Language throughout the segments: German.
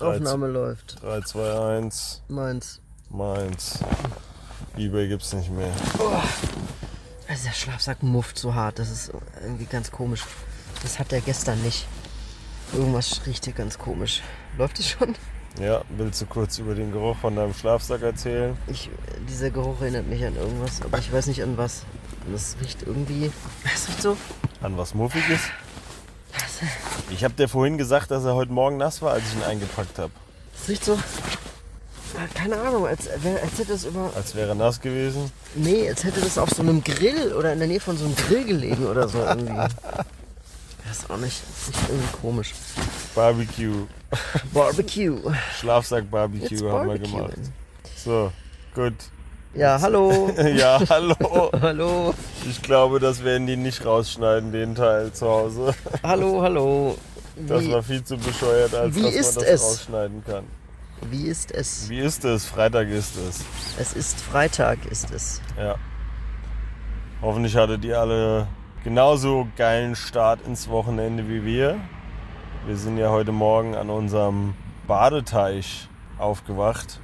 Aufnahme läuft. 3, 2, 1, Meins. Mainz. Ebay gibt's nicht mehr. Also der Schlafsack mufft so hart. Das ist irgendwie ganz komisch. Das hat er gestern nicht. Irgendwas riecht hier ganz komisch. Läuft es schon? Ja, willst du kurz über den Geruch von deinem Schlafsack erzählen? Ich, dieser Geruch erinnert mich an irgendwas, aber ich weiß nicht an was. Und Es riecht irgendwie. Es riecht so. An was Muffiges? Ich habe dir vorhin gesagt, dass er heute Morgen nass war, als ich ihn eingepackt habe. Es riecht so. Ah, Keine Ahnung, als, wär- als hätte es über. Als wäre er nass gewesen. Nee, als hätte das auf so einem Grill oder in der Nähe von so einem Grill gelegen oder so irgendwie. Das ist auch nicht. Das ist irgendwie komisch. Barbecue. Barbecue. It's Schlafsack-Barbecue haben wir gemacht. barbecuing. So, gut. Ja, hallo. Ja, hallo. Hallo, Ich glaube, das werden die nicht rausschneiden, den Teil zu Hause. hallo, hallo. Wie, Das war viel zu bescheuert, als Wie dass ist man das es? rausschneiden kann. wie ist es? Wie ist es? Freitag ist es. Es ist Freitag, ist es. Ja. Hoffentlich hattet ihr alle genauso geilen Start ins Wochenende wie wir. Wir sind ja heute Morgen an unserem Badeteich aufgewacht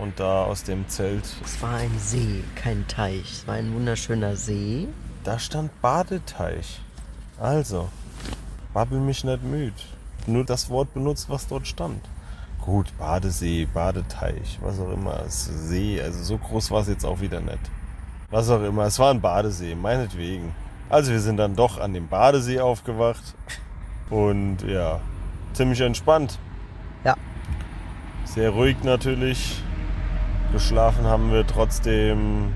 und da aus dem Zelt. Es war ein See, kein Teich. Es war ein wunderschöner See. Da stand Badeteich. Also, babbel mich nicht müde. Nur das Wort benutzt, was dort stand. Gut, Badesee, Badeteich, was auch immer. Es ist See, also so groß war es jetzt auch wieder nicht. Was auch immer, es war ein Badesee, meinetwegen. Also wir sind dann doch an dem Badesee aufgewacht. Und ja, ziemlich entspannt. Ja. Sehr ruhig natürlich. Geschlafen haben wir trotzdem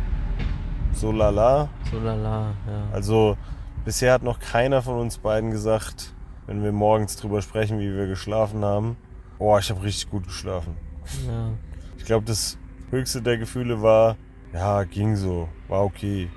so lala. So lala, ja. Also bisher hat noch keiner von uns beiden gesagt, wenn wir morgens drüber sprechen, wie wir geschlafen haben, oh, ich habe richtig gut geschlafen. ja. Ich glaube, das höchste der Gefühle war, ja, ging so, war okay.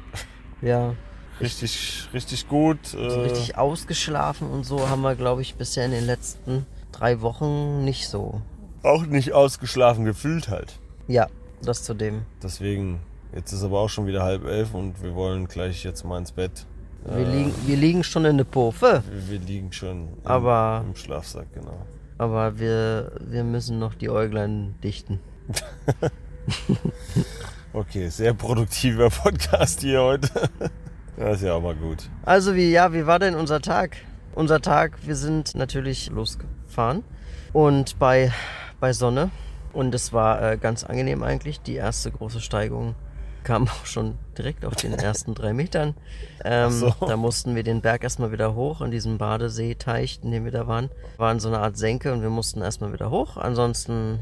Ja, Richtig, richtig gut. Äh, so richtig ausgeschlafen und so haben wir, glaube ich, bisher in den letzten drei Wochen nicht so. auch nicht ausgeschlafen gefühlt halt. Ja, das zu dem. Deswegen, jetzt ist aber auch schon wieder halb elf und wir wollen gleich jetzt mal ins Bett. Wir, liegen, wir liegen schon in der Puffe, Wir, wir liegen schon im, Aber- im Schlafsack, genau. aber wir, wir müssen noch die Äuglein dichten. Okay, sehr produktiver Podcast hier heute. Das ist ja auch mal gut. Also wie, ja, wie war denn unser Tag? Unser Tag, wir sind natürlich losgefahren und bei, bei Sonne. Und es war äh, ganz angenehm eigentlich. Die erste große Steigung kam auch schon direkt auf den ersten drei Metern. Ähm, so. Da mussten wir den Berg erstmal wieder hoch an diesem Badeseeteich, in dem wir da waren. War in so einer Art Senke und wir mussten erstmal wieder hoch. Ansonsten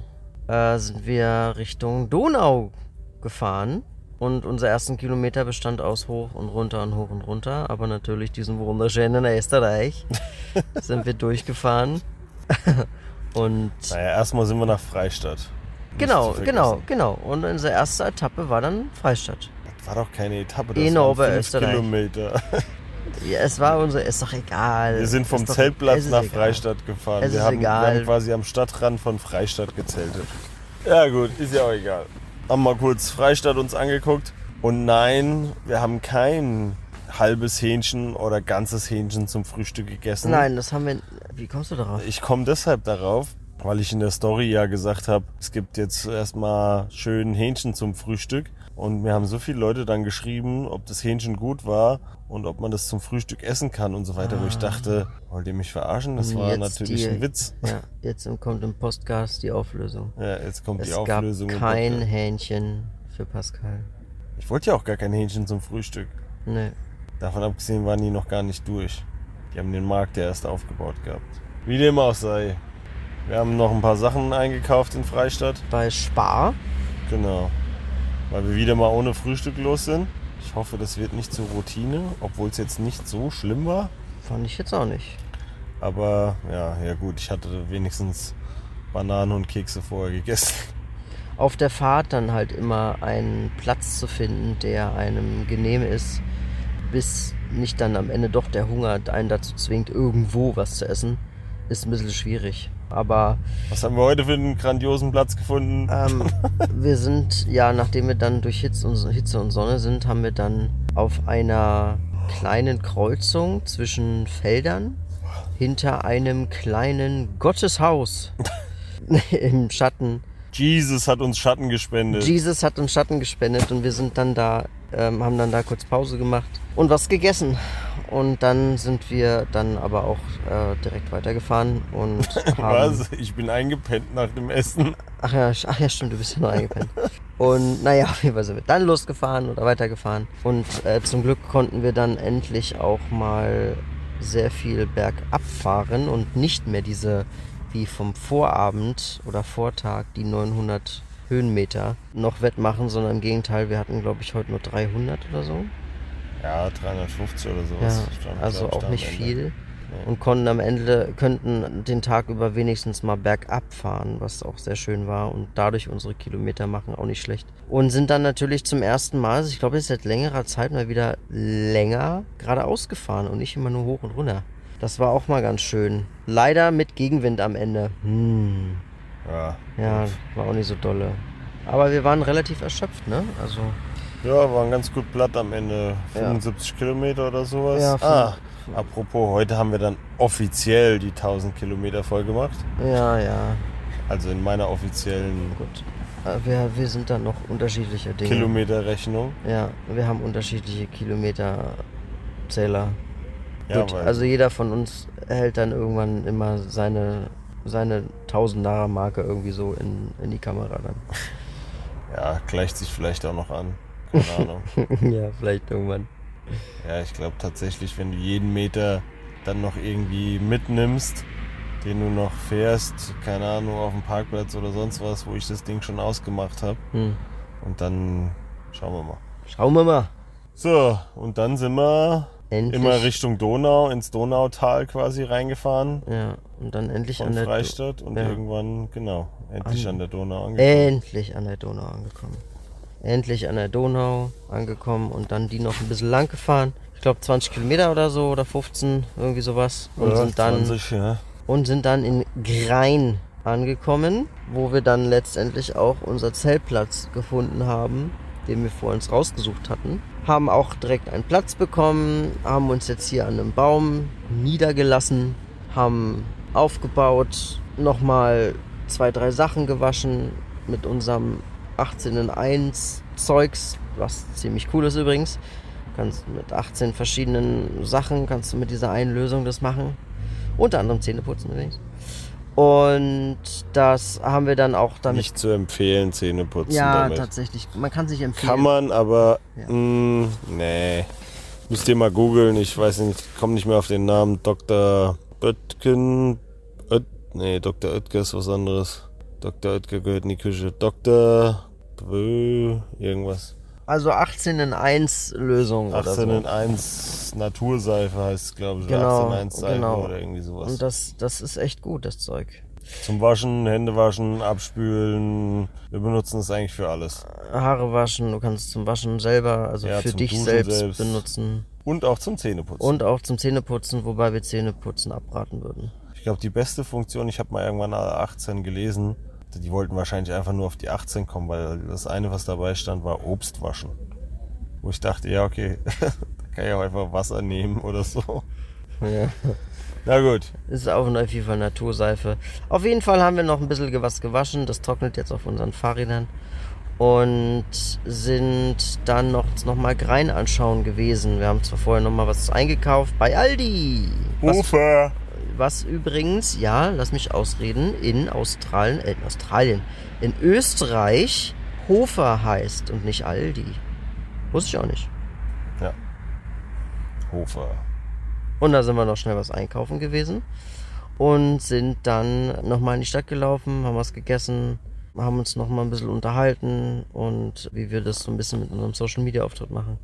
äh, sind wir Richtung Donau gefahren. Und unser ersten Kilometer bestand aus hoch und runter und hoch und runter. Aber natürlich diesen wunderschönen Österreich sind wir durchgefahren. und Naja, erstmal sind wir nach Freistadt. Nicht genau, zu vergessen. genau, genau. Und unsere erste Etappe war dann Freistadt. Das war doch keine Etappe, das waren In fünf Oberösterreich. Kilometer. Ja, es war unsere, ist doch egal. Wir sind vom Ist doch- es Zeltplatz ist nach egal. Freistadt gefahren. Es wir, ist haben, wir egal. haben quasi am Stadtrand von Freistadt gezeltet. Ja gut, ist ja auch egal. Haben mal kurz Freistadt uns angeguckt. Und nein, wir haben kein halbes Hähnchen oder ganzes Hähnchen zum Frühstück gegessen. Nein, das haben wir. Wie kommst du darauf? Ich komme deshalb darauf, weil ich in der Story ja gesagt habe, es gibt jetzt erstmal schön Hähnchen zum Frühstück. Und mir haben so viele Leute dann geschrieben, ob das Hähnchen gut war und ob man das zum Frühstück essen kann und so weiter. Wo ich dachte, wollt ihr mich verarschen? Das war Ah. Hm, Jetzt natürlich die- ein Witz. Ja, jetzt kommt im Podcast die Auflösung. Ja, jetzt kommt Es die gab Auflösung. im kein Podcast. Hähnchen für Pascal. Ne, Ich wollte ja auch gar kein Hähnchen zum Frühstück. Nee. Davon abgesehen waren die noch gar nicht durch. Die haben den Markt ja erst aufgebaut gehabt. Wie dem auch sei. Wir haben noch ein paar Sachen eingekauft in Freistadt. Bei Spar. Genau. Weil wir wieder mal ohne Frühstück los sind. Ich hoffe, das wird nicht zur Routine, obwohl es jetzt nicht so schlimm war. Fand ich jetzt auch nicht. Aber ja, ja gut, ich hatte wenigstens Bananen und Kekse vorher gegessen. auf der Fahrt dann halt immer einen Platz zu finden, der einem genehm ist, bis nicht dann am Ende doch der Hunger einen dazu zwingt, irgendwo was zu essen, ist ein bisschen schwierig. Aber Was haben wir heute für einen grandiosen Platz gefunden? ähm, wir sind, ja, nachdem wir dann durch Hitz und, Hitze und Sonne sind, haben wir dann auf einer kleinen Kreuzung zwischen Feldern hinter einem kleinen Gotteshaus im Schatten Jesus hat uns Schatten gespendet. Jesus hat uns Schatten gespendet und wir sind dann da, ähm, haben dann da kurz Pause gemacht und was gegessen. Und dann sind wir dann aber auch äh, direkt weitergefahren und haben, Was? Ich bin eingepennt nach dem Essen. ach, ja, sch- ach ja, stimmt, du bist ja noch eingepennt. Und naja, auf jeden Fall sind wir dann losgefahren oder weitergefahren. Und äh, zum Glück konnten wir dann endlich auch mal sehr viel bergab fahren und nicht mehr diese, wie vom Vorabend oder Vortag, die 900 Höhenmeter noch wettmachen, sondern im Gegenteil, wir hatten, glaube ich, heute nur 300 oder so. Ja, 350 oder Ja, sowas. stand, also glaub ich, da auch am nicht Ende. viel. Und konnten am Ende, könnten den Tag über wenigstens mal bergab fahren, was auch sehr schön war. Und dadurch unsere Kilometer machen auch nicht schlecht. Und sind dann natürlich zum ersten Mal, also ich glaube jetzt seit längerer Zeit mal wieder länger geradeaus gefahren und nicht immer nur hoch und runter. Das war auch mal ganz schön. Leider mit Gegenwind am Ende. Hm. Ja. Ja, war auch nicht so dolle. Aber wir waren relativ erschöpft, ne? Also, ja, waren ganz gut platt am Ende. Ja. 75 Kilometer oder sowas. Ja, ah, apropos, heute haben wir dann offiziell die 1000 Kilometer voll gemacht. ja, ja, Also in meiner offiziellen gut. Äh, Wir, wir sind dann noch unterschiedlicher Dinge. Kilometerrechnung. Ja, wir haben unterschiedliche Kilometerzähler. Ja, Gut, weil also jeder von uns hält dann irgendwann immer seine, seine tausender Marke irgendwie so in, in die Kamera dann. ja, gleicht sich vielleicht auch noch an. Keine Ahnung. ja, vielleicht irgendwann. Ja, ich glaube tatsächlich, wenn du jeden Meter dann noch irgendwie mitnimmst, den du noch fährst, keine Ahnung, auf dem Parkplatz oder sonst was, wo ich das Ding schon ausgemacht habe. Hm. Und dann schauen wir mal. Schauen wir mal. So, und dann sind wir Endlich. immer Richtung Donau, ins Donautal quasi reingefahren. Ja, und dann endlich Von an der Do- Freistadt und ja. irgendwann, genau, endlich An- an der Donau angekommen. Endlich an der Donau angekommen. Endlich an der Donau angekommen und dann die noch ein bisschen lang gefahren. Ich glaube 20 Kilometer oder so oder 15, irgendwie sowas. Und Ja, sind dann 20, ja. und sind dann in Grein angekommen, wo wir dann letztendlich auch unser Zeltplatz gefunden haben, den wir vor uns rausgesucht hatten. Haben auch direkt einen Platz bekommen, haben uns jetzt hier an einem Baum niedergelassen, haben aufgebaut, nochmal zwei, drei Sachen gewaschen mit unserem 18 in 1 Zeugs, was ziemlich cool ist übrigens. Kannst mit 18 verschiedenen Sachen, kannst du mit dieser einen Lösung das machen. Unter anderem Zähneputzen übrigens. Und das haben wir dann auch damit. Nicht zu empfehlen, Zähne putzen ja, damit. tatsächlich. Man kann sich empfehlen. Kann man, aber Ja. mh, nee. Müsst ihr mal googeln, ich weiß nicht, ich komme nicht mehr auf den Namen. Dr. Oetken. Oet, nee, Dr. Oetker ist was anderes. Dr. Oetker gehört in die Küche. Dr. Bö, irgendwas. Also 18 in 1 Lösung oder so. 18 in 1 Naturseife heißt es, glaube ich. 18 Genau, in 1 Seife genau. oder irgendwie sowas. Und das, das ist echt gut, das Zeug. Zum Waschen, Hände waschen, abspülen. Wir benutzen es eigentlich für alles. Haare waschen, du kannst zum Waschen selber, also Ja, für zum dich Duschen selbst, selbst. benutzen. Und auch zum Zähneputzen. Und auch zum Zähneputzen, wobei wir Zähneputzen abraten würden. Ich glaube, die beste Funktion, ich habe mal irgendwann alle 18 gelesen, die wollten wahrscheinlich einfach nur auf die 18 kommen, weil das eine, was dabei stand, war Obst waschen. Wo ich dachte, ja, okay, da kann ich auch einfach Wasser nehmen oder so. Ja. Na gut, Ist auch auf jeden Fall Naturseife. Auf jeden Fall haben wir noch ein bisschen was gewaschen. Das trocknet jetzt auf unseren Fahrrädern. Und sind dann noch, noch mal Grein anschauen gewesen. Wir haben zwar vorher noch mal was eingekauft bei Aldi. Was, Ufer. was übrigens, ja, lass mich ausreden, in Australien, äh, in Australien, in Österreich Hofer heißt und nicht Aldi. Wusste ich auch nicht. Ja. Hofer. Und da sind wir noch schnell was einkaufen gewesen und sind dann nochmal in die Stadt gelaufen, haben was gegessen, haben uns nochmal ein bisschen unterhalten und wie wir das so ein bisschen mit unserem Social Media Auftritt machen,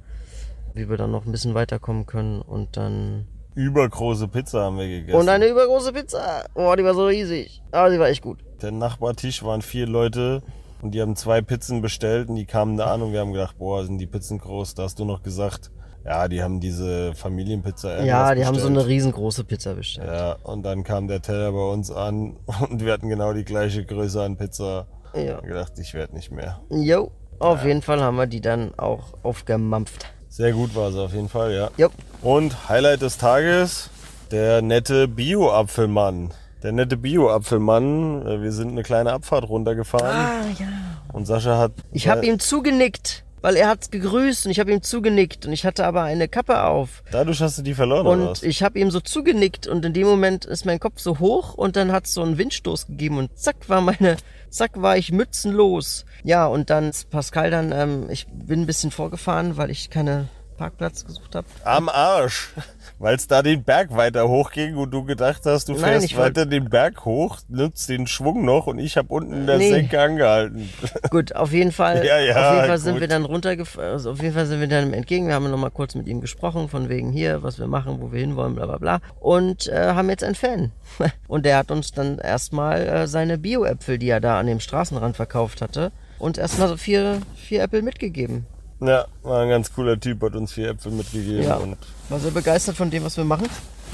wie wir dann noch ein bisschen weiterkommen können und dann. Übergroße Pizza haben wir gegessen. Und eine übergroße Pizza! Boah, Ah, die war so riesig. Aber die war echt gut. Der Nachbartisch waren vier Leute Und die haben zwei Pizzen bestellt und die kamen da an und wir haben gedacht, boah, sind die Pizzen groß. Da hast du noch gesagt, ja, die haben diese Familienpizza. Ja, irgendwas die haben so bestellt. eine riesengroße Pizza bestellt. Ja, und dann kam der Teller bei uns an und wir hatten genau die gleiche Größe an Pizza. Ja. Und gedacht, ich werde nicht mehr. Jo, auf jeden Fall haben wir die dann auch aufgemampft. Sehr gut war sie auf jeden Fall, ja. Jo. Und Highlight des Tages, der nette Bio-Apfelmann. Der nette Bio-Apfelmann, äh, wir sind eine kleine Abfahrt runtergefahren Ah, ja. und Sascha hat... äh, Ich habe ihm zugenickt, weil er hat's gegrüßt und ich habe ihm zugenickt und ich hatte aber eine Kappe auf. Dadurch hast du die verloren, oder Und was? ich habe ihm so zugenickt und in dem Moment ist mein Kopf so hoch und dann hat es so einen Windstoß gegeben und zack war meine, zack war ich mützenlos. Ja, und dann ist Pascal dann, ähm, ich bin ein bisschen vorgefahren, weil ich keine Parkplatz gesucht habe. Am Arsch, weil es da den Berg weiter hochging und du gedacht hast, du Nein, fährst ich wollt- weiter den Berg hoch, nutzt den Schwung noch und ich habe unten in der Nee. Senke angehalten. Gut, auf jeden Fall, Ja, ja, auf jeden Fall sind gut. wir dann runtergefahren, also auf jeden Fall sind wir dann ihm entgegen. Wir haben nochmal kurz mit ihm gesprochen, von wegen hier, was wir machen, wo wir hinwollen, bla bla bla. Und äh, haben jetzt einen Fan. Und der hat uns dann erstmal äh, seine Bio-Äpfel, die er da an dem Straßenrand verkauft hatte, uns erstmal so vier, vier Äpfel mitgegeben. Ja, war ein ganz cooler Typ, hat uns vier Äpfel mitgegeben Ja. und War sehr begeistert von dem, was wir machen.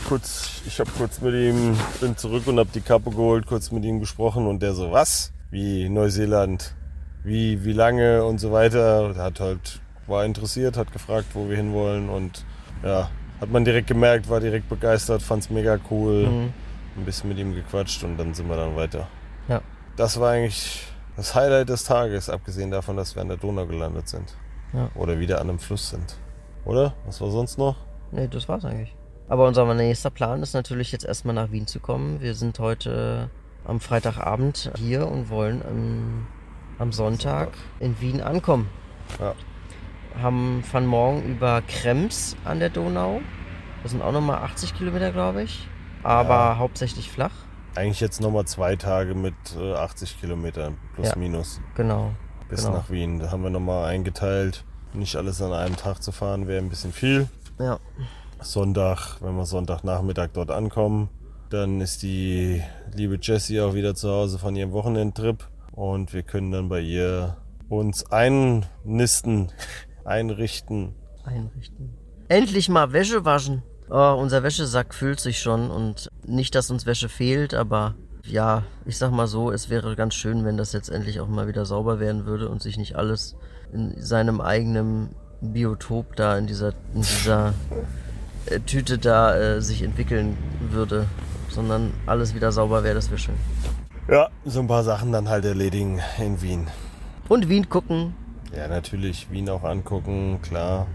kurz, ich habe kurz mit ihm, bin zurück und habe die Kappe geholt, kurz mit ihm gesprochen und der so, was? Wie Neuseeland? Wie, wie lange und so weiter? Hat halt, war interessiert, hat gefragt, wo wir hinwollen und ja, hat man direkt gemerkt, war direkt begeistert, fand's mega cool. Mhm. Ein bisschen mit ihm gequatscht und dann sind wir dann weiter. Ja. Das war eigentlich das Highlight des Tages, abgesehen davon, dass wir an der Donau gelandet sind. Ja. Oder wieder an einem Fluss sind. Oder? Was war sonst noch? Nee, das war's eigentlich. Aber unser nächster Plan ist natürlich jetzt erstmal nach Wien zu kommen. Wir sind heute am Freitagabend hier und wollen am, am Sonntag in Wien ankommen. Ja. Haben von morgen über Krems an der Donau. Das sind auch nochmal 80 Kilometer, glaube ich. Aber Ja. hauptsächlich flach. Eigentlich jetzt nochmal zwei Tage mit äh, 80 Kilometern plus Ja. minus Genau. bis genau. nach Wien. Da haben wir nochmal eingeteilt. Nicht alles an einem Tag zu fahren wäre ein bisschen viel. Ja. Sonntag, wenn wir Sonntagnachmittag dort ankommen, dann ist die liebe Jessie auch wieder zu Hause von ihrem Wochenendtrip und wir können dann bei ihr uns einnisten, einrichten. einrichten. Endlich mal Wäsche waschen. Oh, unser Wäschesack füllt sich schon und nicht, dass uns Wäsche fehlt, aber ja, ich sag mal so, es wäre ganz schön, wenn das jetzt endlich auch mal wieder sauber werden würde und sich nicht alles in seinem eigenen Biotop da in dieser, in dieser äh, Tüte da äh, sich entwickeln würde, sondern alles wieder sauber wäre, das wäre schön. Ja, so ein paar Sachen dann halt erledigen in Wien. Und Wien gucken. Ja, natürlich Wien auch angucken, klar.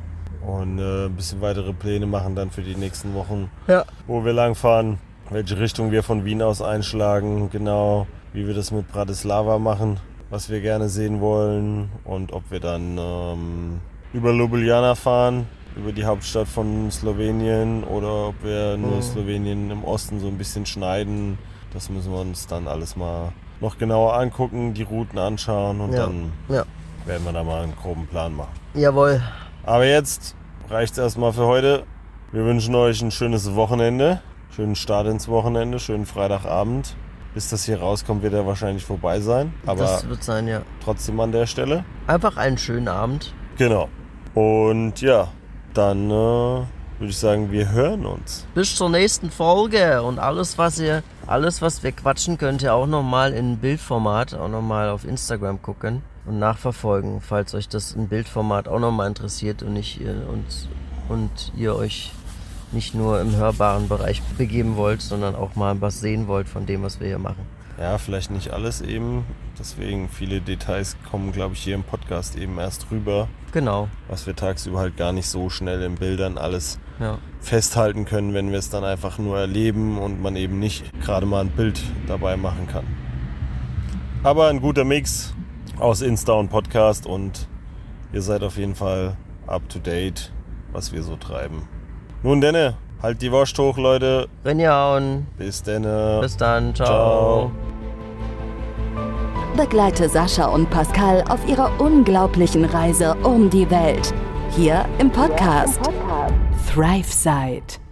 Und äh, ein bisschen weitere Pläne machen dann für die nächsten Wochen, Ja. wo wir langfahren, welche Richtung wir von Wien aus einschlagen, genau, wie wir das mit Bratislava machen, was wir gerne sehen wollen und ob wir dann ähm, über Ljubljana fahren, über die Hauptstadt von Slowenien oder ob wir nur Slowenien im Osten so ein bisschen schneiden. Das müssen wir uns dann alles mal noch genauer angucken, die Routen anschauen und Ja. dann ja. werden wir da mal einen groben Plan machen. Jawohl. Aber jetzt reicht's erstmal für heute. Wir wünschen euch ein schönes Wochenende, schönen Start ins Wochenende, schönen Freitagabend. Bis das hier rauskommt, wird er wahrscheinlich vorbei sein. Aber das wird sein, ja. trotzdem an der Stelle. Einfach einen schönen Abend. Genau. Und ja, dann äh, würde ich sagen, wir hören uns. bis zur nächsten Folge und alles was ihr alles was wir quatschen könnt ihr auch nochmal in Bildformat auch nochmal auf Instagram gucken und nachverfolgen falls euch das in Bildformat auch nochmal interessiert und nicht ihr, und und ihr euch nicht nur im hörbaren Bereich begeben wollt sondern auch mal was sehen wollt von dem was wir hier machen Ja, vielleicht nicht alles eben. Deswegen viele Details kommen, glaube ich, hier im Podcast eben erst rüber, genau was wir tagsüber halt gar nicht so schnell in Bildern alles ja festhalten können, wenn wir es dann einfach nur erleben und man eben nicht gerade mal ein Bild dabei machen kann. Aber ein guter Mix aus Insta und Podcast und ihr seid auf jeden Fall up to date, was wir so treiben. Nun denne, halt die Wurst hoch, Leute. Renja und Bis denne. bis dann Ciao. ciao. Begleite Sascha und Pascal auf ihrer unglaublichen Reise um die Welt. Hier im Podcast Thrive Side.